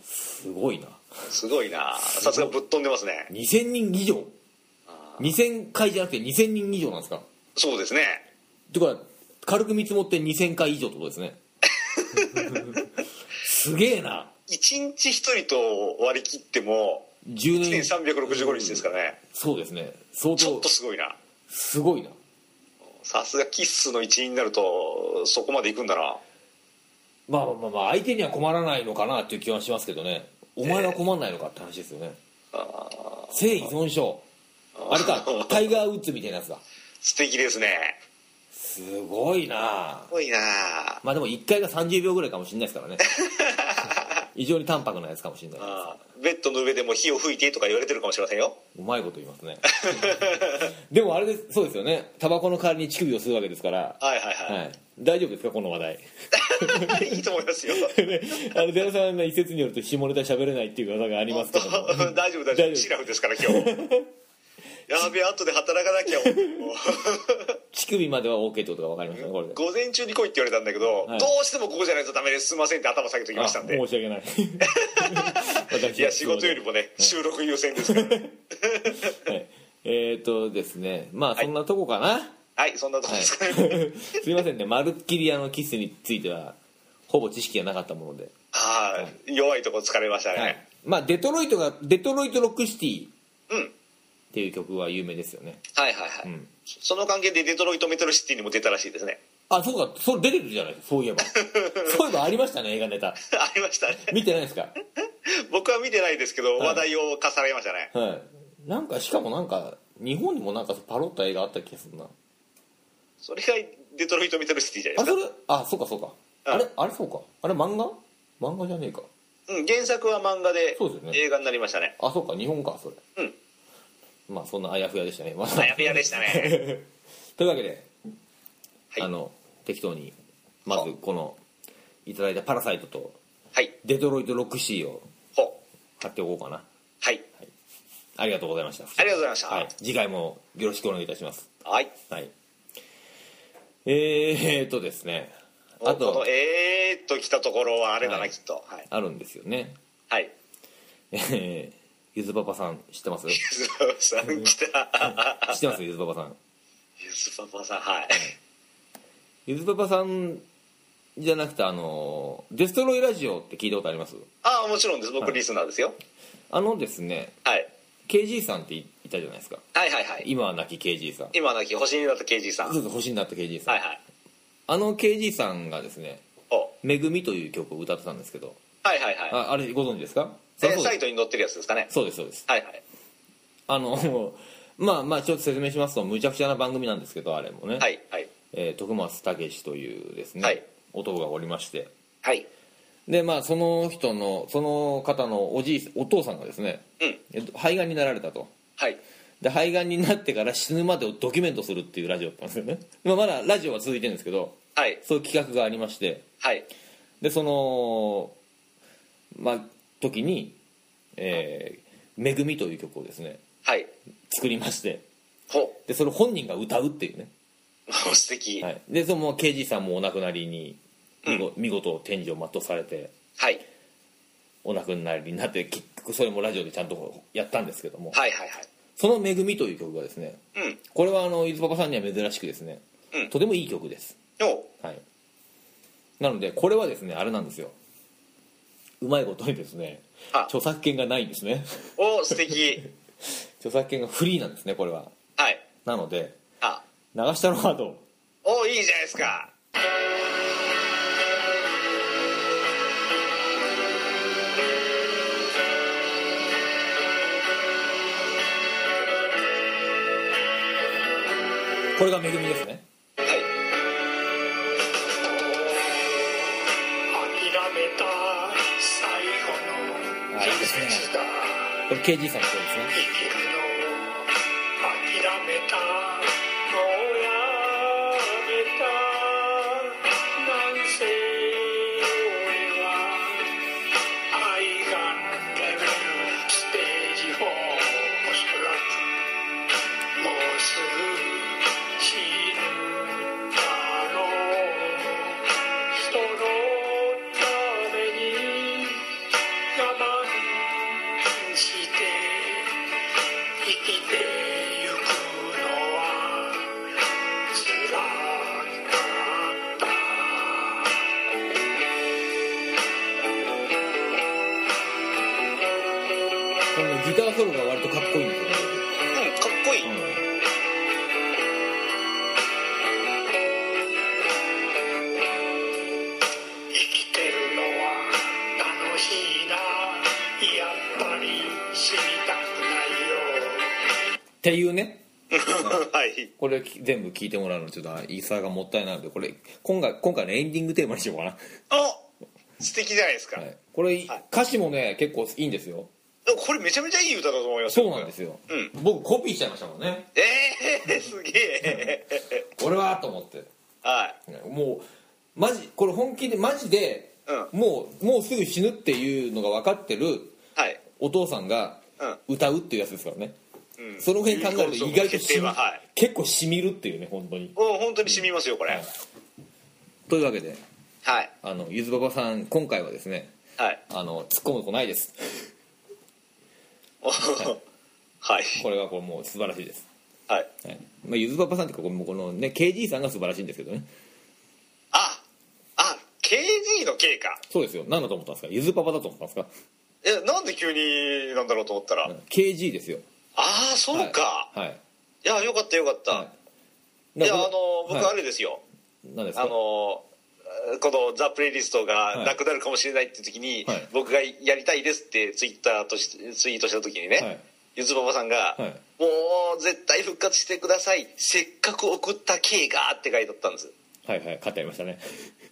A: すごいな
B: すごいなさすがぶっ飛んでますね
A: 2000人以上2000回じゃなくて2000人以上なんですか
B: そうですね
A: てか軽く見積もって2000回以上ってことです ねすげえな
B: 1日1人と割り切っても
A: 10
B: 1年
A: 年
B: 365日ですからね
A: そうですね相
B: ちょっ
A: 当
B: とすごいな
A: すごいな
B: さすがキッスの一員になるとそこまでいくんだな
A: まあまあまあまあ相手には困らないのかなっていう気はしますけどねお前は困らないのかって話ですよね、性依存症あれかタイガー・ウッズみたいなやつだ
B: 素敵ですね
A: すごいな
B: すごいな
A: まあでも1回が30秒ぐらいかもしれないですからね異常に淡白なやつかもしれない
B: あーベッドの上でも火を吹いてとか言われてるかもしれませんよ
A: うまいこと言いますねでもあれでそうですよねタバコの代わりに乳首を吸うわけですから、
B: はいはいはい、
A: はい、大丈夫ですかこの話題
B: いいと思いますよ。
A: であの寺尾さんの一説によると下ネタ喋れないっていう技がありますけども
B: 大丈夫
A: 大
B: 大
A: 丈
B: 丈
A: 夫
B: 夫。シラフですから今 日。やべえ後で働かなきゃ。も
A: 乳首までは OK ってことが分かりましたねこれ
B: う
A: で
B: 午前中に来いって言われたんだけど、
A: はい
B: どうしてもここじゃないとダメです。すいませんって頭下げておきま
A: あ
B: したんで
A: 申。し訳ない私
B: いや仕事よりもね収録優先ですから。
A: はいえっ、ー、とですねまあそんなとこかな、
B: はいそんなとこ ですかね。
A: すいませんねまるっきりあのキスについてはほぼ知識がなかったもので、
B: はい弱いとこ疲れましたね。
A: はい、まあデトロイトが「デトロイト・ロック・シティ」っ
B: うん
A: ていう曲は有名ですよね
B: はいはいはい、
A: ん
B: その関係でデトロイトメトロシティにも出たらしいですね。
A: あそうかそれ出てるじゃないそういえばそういえばありましたね映画ネタ
B: ありましたね。
A: 見てないですか
B: 僕は見てないですけど
A: い
B: 話題を重ねましたね。
A: はいなんかしかもなんか日本にもなんかパロった映画あった気がするな
B: それがデトロイトメトロシティじゃない
A: あ
B: です
A: それあそうかそうか
B: うん
A: あれあれそうかあれ漫画漫画じゃねえか
B: か。うん原作は漫画で
A: そうですよね
B: 映画になりましたね。
A: あそうか日本かそれ
B: うん
A: まあそんなあやふやでしたね、まあ
B: あやべやでしたね
A: というわけで、
B: はい
A: あの適当にまずこのいただいた「パラサイト」と
B: はい
A: 「デトロイト 6C」を
B: ほ
A: 買っておこうかな
B: はい
A: ありがとうございました
B: ありがとうございました
A: はい、次回もよろしくお願いいたします
B: はい
A: はいえー、っとですねあ
B: この
A: と
B: えーっと来たところはあれだな、
A: はい
B: きっとはい、
A: あるんですよね
B: はい、
A: えーゆずパパさん知ってます知
B: ゆずパパさん来た
A: ってますゆずパパさん
B: ゆずパパさんはい
A: ゆずパパさんじゃなくてあのデストロイラジオって聞いたことあります
B: ああもちろんです僕
A: はい
B: リスナーですよ、
A: あのですね
B: はい、
A: KG さんっていいたじゃないですか
B: はいはいはい
A: 今は亡き KG さん
B: 今のき星になった KG さん
A: ずっと星になった KG さん、
B: はいはい
A: あの KG さんがですね
B: お
A: 「めぐみ」という曲を歌ってたんですけど
B: はいはいはい
A: ああれご存知ですかそ
B: え
A: りゃ
B: ー
A: そう
B: サ
A: です
B: イトに載ってるやつですかね
A: そうですそうです
B: はいはい
A: あの まあまあちょっと説明しますとむちゃくちゃな番組なんですけどあれもね、
B: はいはい
A: えー徳松武史というですね、
B: はい
A: 男がおりまして
B: はい
A: でまあその人のその方のおじいお父さんがですね
B: うん
A: えっと肺がんになられたと
B: はい
A: で肺がんになってから死ぬまでをドキュメントするっていうラジオだったんですよね、まあ、まだラジオは続いてるんですけど
B: はい
A: そういう企画がありまして
B: はい
A: でそのまあ時に「えー、めぐみ」という曲をですね
B: はい
A: 作りまして
B: ほ
A: でそれを本人が歌うっていうね、
B: う素敵は、
A: はいい、でその刑事さんもお亡くなりに見事見事天井を全うされて
B: はい、
A: お亡くなりになって結局それもラジオでちゃんとやったんですけども
B: はいはいはい
A: その「めぐみ」という曲がですね
B: うん
A: これはあの伊豆パパさんには珍しくですね、
B: うん
A: とてもいい曲です
B: お
A: はいなのでこれはですねあれなんですようまいことにですね
B: あ
A: 著作権がないんですね
B: お素敵
A: 著作権がフリーなんですねこれは
B: はい
A: なので
B: あ
A: 流したのはど
B: おいいじゃないですか
A: うこれが「めぐみ」ですね
B: はい
C: 諦めた最後の
A: あいいですね
C: 季節だ
A: これ KG さんの声ですね
C: 生きるの諦めたもうやめたなんせ俺は愛がレベルステージ4おそらくもうすぐ死ぬだろう人のために我慢して生きてゆくのは辛かった
A: このギターソロが割とかっこいいんですよね
B: うんかっこいい、
C: 生きてるのは楽しいなやっぱり死にたくないよ
A: っていうね
B: はい
A: これ全部聞いてもらうのちょっとイーサーがもったいないのでこれ今回今回のエンディングテーマにしようかな
B: お素敵じゃないですか、
A: はいこれ、
B: はい
A: 歌詞もね結構いいんですよ
B: でもこれめちゃめちゃいい歌だと思います。
A: そうなんですすよ、
B: う
A: 僕コピーしちゃいましたもんね
B: えー、すげえ。
A: 俺はと思って
B: はい。
A: もうマジこれ本気でマジで、
B: う
A: もうもうすぐ死ぬっていうのが分かってる
B: はい。
A: お父さんが
B: う
A: 歌うっていうやつですからね、
B: うん
A: その辺考えると意外と
B: 決定
A: しみ、
B: は、はい。
A: 結構しみるっていうね本当に
B: うん、本当に染みますよ、これ。はい。
A: というわけで
B: はい。
A: あのゆずばばさん今回はですねあの突っ込むとこないです
B: おはい。
A: これはこれもう素晴らしいです、
B: はい。
A: はいまあ、ゆずばばさんっていうかこのこのね KG さんが素晴らしいんですけどね
B: あ、あ、KG の K か。
A: そうですよ何だと思ったんですかゆずパパだと思ったんですか
B: え、なんで急になんだろうと思ったら。
A: うん KG ですよ
B: ああ、そうか。
A: はい
B: い、や、よかったよかった。
A: はい
B: い、や、あの、僕あ
A: れ
B: れですよ。
A: 何です
B: あ
A: か
B: の、このザ・プレイリストがなくなるかもしれないって時に、
A: はい
B: 僕がやりたいですってツイッターとしツイートした時にね、
A: はい
B: ゆずばばさんが、
A: はい
B: もう絶対復活してくださいせっかく送った経が」って書いてあったんです
A: はいはい書いてありましたね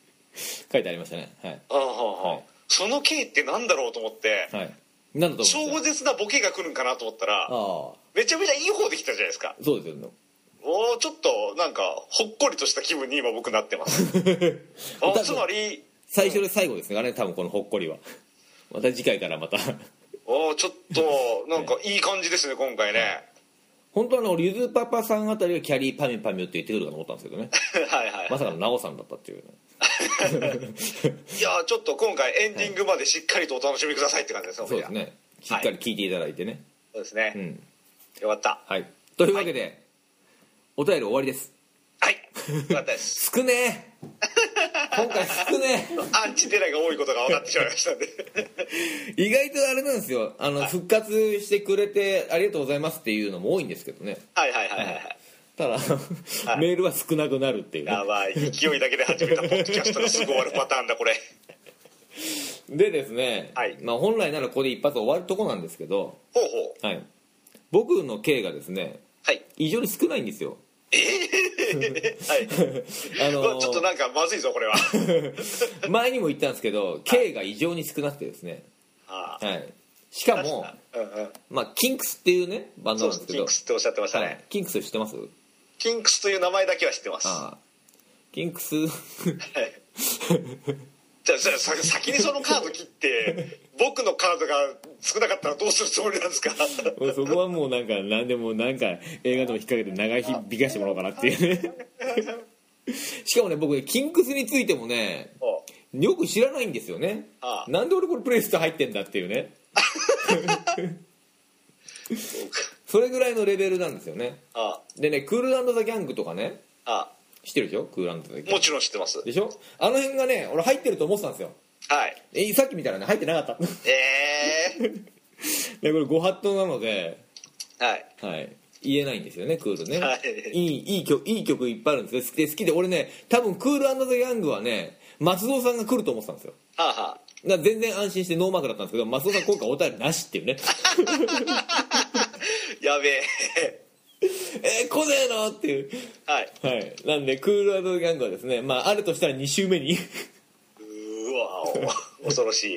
A: 書いてありましたねはい
B: ああ、は
A: はい
B: あ、その経ってなんだろうと思って、
A: はい何だと思いま
B: 超
A: す
B: 絶なボケが来るんかなと思ったら
A: ああ
B: めちゃめちゃいい方できたじゃないですか
A: そうですよね
B: もうちょっとなんかほっこりとした気分に今僕なってます あつまり
A: 最初で最後ですからね多分このほっこりは また次回からまた
B: ああちょっとなんかいい感じですね今回ね
A: 本当はあのゆずパパさんあたりがキャリーパミュパミュって言ってくるかと思ったんですけどね
B: はいはい、
A: まさかのナオさんだったっていうね
B: いやちょっと今回エンディングまでしっかりとお楽しみくださいって感じですね
A: そうですねしっかり聞いていただいてね、
B: そうですね、
A: うん
B: よかった
A: はいというわけで、お便り終わりです
B: はいよかったです
A: 少 ねえ今回少ね
B: アンチテラが多いことが分かってしまいましたんで
A: え意外とあれなんですよあの、復活してくれてありがとうございますっていうのも多いんですけどね
B: はいはいはいはいはい
A: ただ、メールは少なくなるっていうね
B: やばい勢いだけで始めたポッドキャストがすぐ終わるパターンだこれ
A: でですね、
B: はい
A: まあ、本来ならここで一発終わるとこなんですけど、
B: ほうほう
A: はい、僕の K がですね
B: はい
A: 異常に少ないんですよ
B: はい、
A: あの
B: う わちょっとなんかまずいぞ これは
A: 前にも言ったんですけど K が異常に少なくてですね、
B: ああ
A: はい、しかも、
B: うんうん、
A: まあ、キンクスっていうねバン
B: そ
A: ド
B: う
A: な
B: で
A: んです
B: す
A: け
B: キン
A: ど
B: クスっておっしゃってましたね、
A: はいキンクス知ってます
B: キンクスという名 前だけは知ってます
A: ああキンクス
B: はいじゃあじゃあさ先にそのカード切 って僕のカードが少なかったらどうするつもりなん ですか
A: そこは もうなんか何でもなんか映画でも引っ掛けて長い日引かしてもらおうかなっていうね しかもね僕ねキンクスについてもね
B: お
A: よく知らないんですよね
B: ああ
A: なんで俺これプレイスト入ってんだっていうね
B: そうか
A: それぐらいのレベルなんですよね
B: あ
A: でねクールザ・ギャングとかね
B: あ
A: 知ってるでしょクールザ・ギャン
B: も
A: グ
B: ちろん知ってます
A: でしょあの辺がね俺入ってると思ってたんですよ
B: はい
A: えさっき見たらね入ってなかったで
B: え え
A: これご法度なので、
B: はい
A: はい、言えないんですよねクールね、
B: はい
A: い、いいい曲いい曲いっぱいあるんですよで好きで俺ね多分クールザ・ギャングはね松戸さんが来ると思ってたんですよ
B: はあはあ
A: だから全然安心してノーマークだったんですけど松戸さん今回お便りなしって いうね
B: やべえ
A: えー、来ねえのっていう
B: はい
A: はい、なんでクールアドギャングはですね、まあ、あるとしたら2週目に
B: うーわお恐ろしい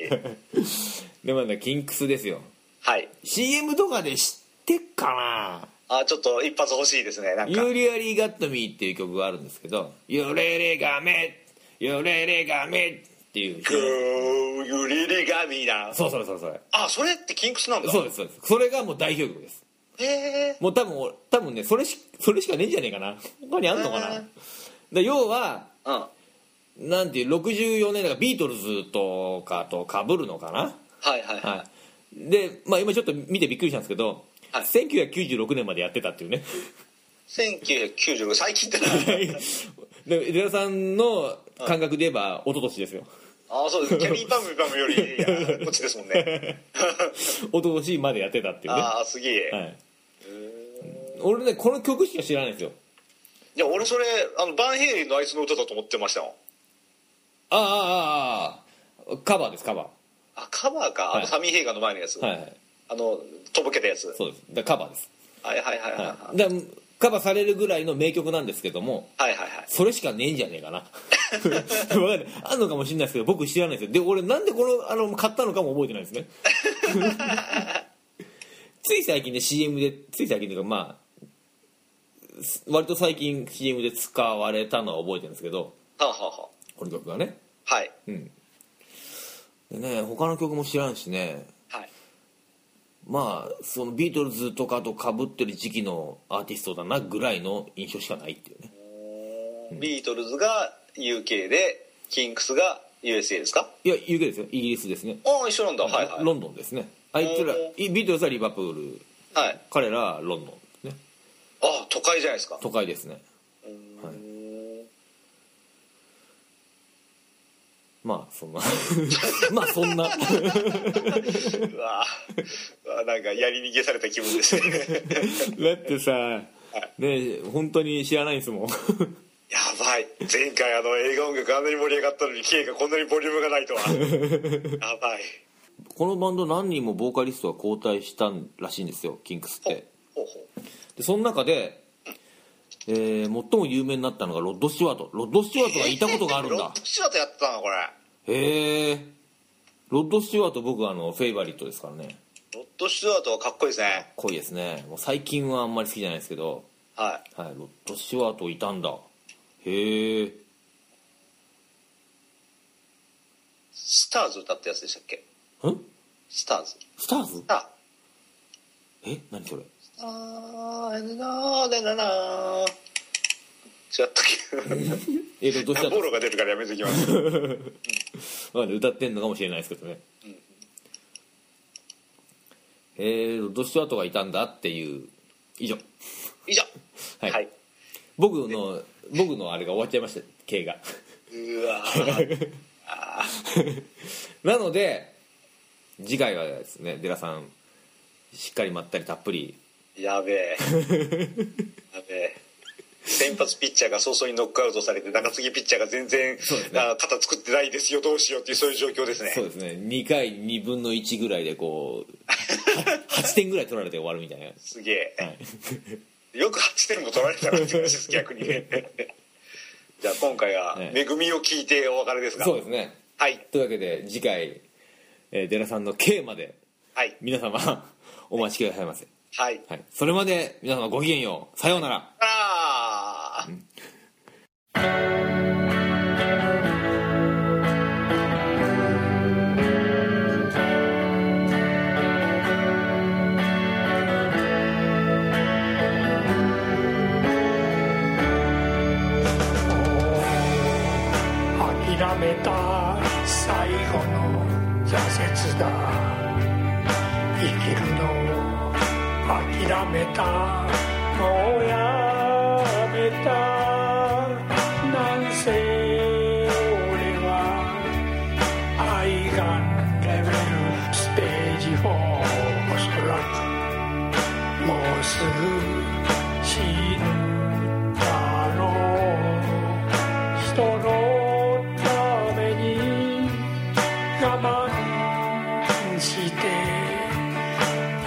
A: でまだキンクスですよ
B: はい
A: CM とかで知ってっか
B: あちょっと一発欲しいですねな
A: なん
B: か
A: ユーリアリーガットミーっていう曲があるんですけど「ユレレガメユレレガメ」っていう
B: ぐーゆりりがみな
A: そうそうそうそう
B: あそれってキンクスなんだ
A: そうですそうですそれがもう代表曲です
B: へえ
A: もう多分多分ねそれしそれしかねえんじゃねえかな他にあんのか
B: へ
A: な
B: ー
A: で要は
B: うんは
A: なんていう64年だからビートルズとかとかぶるのかない
B: はいはい
A: はい、で、まあ、今ちょっと見てびっくりしたんですけど、
B: はい
A: 1996年までやってたっていうね
B: 1996最近って な
A: で江田さんの感覚で言えば一昨年ですよ
B: ああそうですキャリーパムパムよりいやこっちですも んね
A: 一昨年までやってたっていうね、は
B: ああすげえ、
A: い、俺ねこの曲しか知らないんですよ
B: いや俺それあのバンヘイレンのあいつの歌だと思ってましたもん
A: ああああああカバーですカバ
B: あカバーかあ
A: はい
B: のサミー・ヘイガンの前のやつ、
A: ーはいはい
B: あのとぼけたやつ
A: そうですだカバーです、
B: はいはいはいはいはい
A: はい、だカバーされるぐらいの名曲なんですけども
B: はいはいはい
A: それしかねえんじゃねえかな分かんないあんのかもしれないですけど僕知らないですよで俺なんでこのあの買ったのかも覚えてないですねつい最近で CM でつい最近というかまあす割と最近 CM で使われたのは覚えてるんですけど
B: はあはあは
A: この曲がね
B: あはい
A: うんでね他の曲も知らんしね
B: はい
A: まあそのビートルズとかとかぶってる時期のアーティストだなぐらいの印象しかないっていうね
B: ビートルズが UK でキンクスが USA ですか
A: いや UK ですよイギリスですね
B: ああ一緒なんだはいはい
A: ロンドンですねあいつら
B: お
A: いビートルズはリバプール
B: はい
A: 彼らはロンドン、ね、
B: ああ都会じゃないですか
A: 都会ですね
B: う
A: は
B: ーん
A: まあそん なまあそんな
B: うわうわなんかやり逃げされた気分ですね
A: だってさね本当に知らないんですもん
B: やばい前回あの映画音楽あんなに盛り上がったのに K がこんなにボリュームがない とはやばい
A: このバンド何人もボーカリストが交代したらしいんですよキンクスっ
B: ほ
A: て
B: ほうほう
A: でその中で、えー最も有名になったのがロッド・スチュワートロッド・スチュワートがいたことがあるん
B: ロ
A: だ
B: ッドシュワートやってたのこれ
A: へえロッド・スチュワート僕あのフェイバリットですからね
B: ロッドシュワートはかっこいいですね
A: 濃いですねもう最近はあんまり好きじゃないですけど
B: は
A: はい、ロッド・シュワートいたんだへえ
B: いスターズ歌ったやつでしたっけ
A: ん
B: スターズ
A: スターズ
B: あ
A: え何それ
B: あーえなーでななー違ったっ
A: えー、ロッド・シュ
B: け
A: ワ
B: ボ
A: ー
B: ロが出るからやめときます
A: トまあ歌ってんのかもしれないですけどねへえロッド・シュワートがいたんだっていう以上
B: 以上
A: はい
B: はい、
A: 僕の僕のあれが終わっちゃいました経が
B: うわー
A: なので次回はですねデラさんしっかりまったりたっぷり
B: やべ えやべえ先発ピッチャーが早々にノックアウトされて中継ぎピッチャーが全然、
A: そうですね
B: あー肩作ってないですよどうしようっていうそういう状況ですね
A: そうですね2回2分の1ぐらいでこう8点ぐらい取られて終わるみたいな
B: すげえ、
A: はい
B: よく8点も取られたなって話です逆にね じゃあ今回は
A: え
B: 「
A: え
B: 恵みを聞いてお別れですが」
A: そうですね
B: はい
A: というわけで次回、えー、デラさんの K まで
B: はい
A: 皆様お待ちくださいませ、
B: はい
A: はい、それまで皆様ごきげんようさようなら
B: ああ
C: 諦めた最後の挫折だ生きるのを諦めたもうやめたなんせ俺は愛がレベルステージ4おそらくもうすぐ死ぬだろう人のために我慢して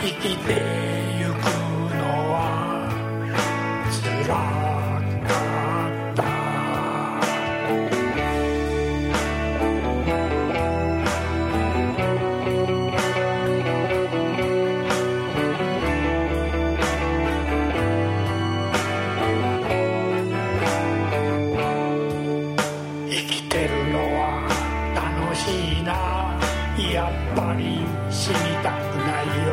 C: 生きてゆくのは辛かった生きてるのは楽しいなやっぱり死にたくないよ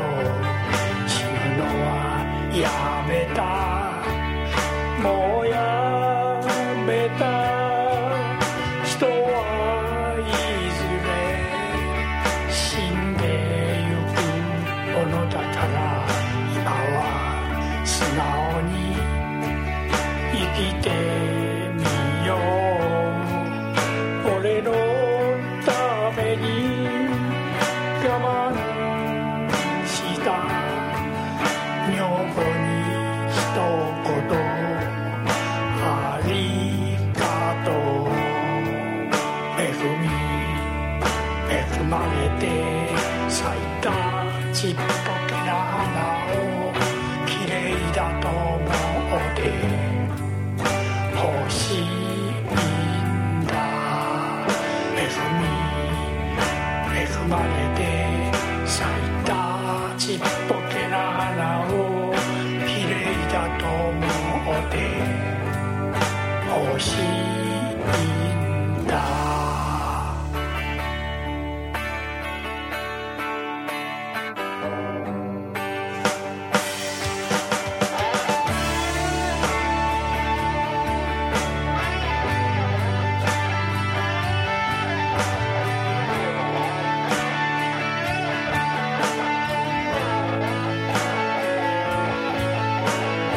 C: 死ぬのはやめたもうやめた人はいずれ死んでゆくものだから今は素直に生きてみよう俺のために我慢した女房に一言ありが欲しいんだ」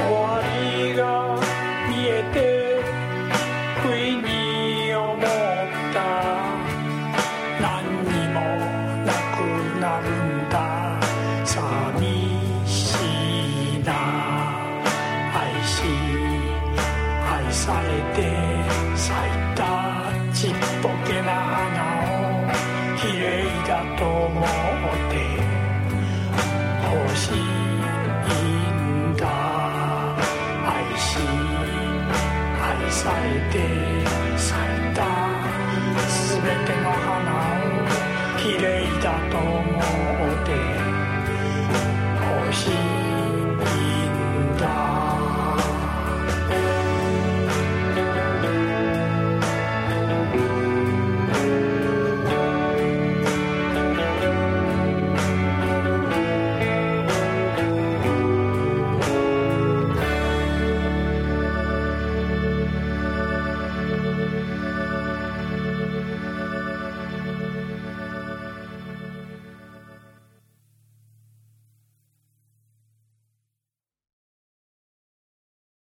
C: 終わりが見えて不意に思った何にもなくなるんだ寂しいな愛し愛されて咲いたちっぽけな花を綺麗だと思って欲しいんだ愛し愛されて咲いた全ての花を綺麗だと思って欲しい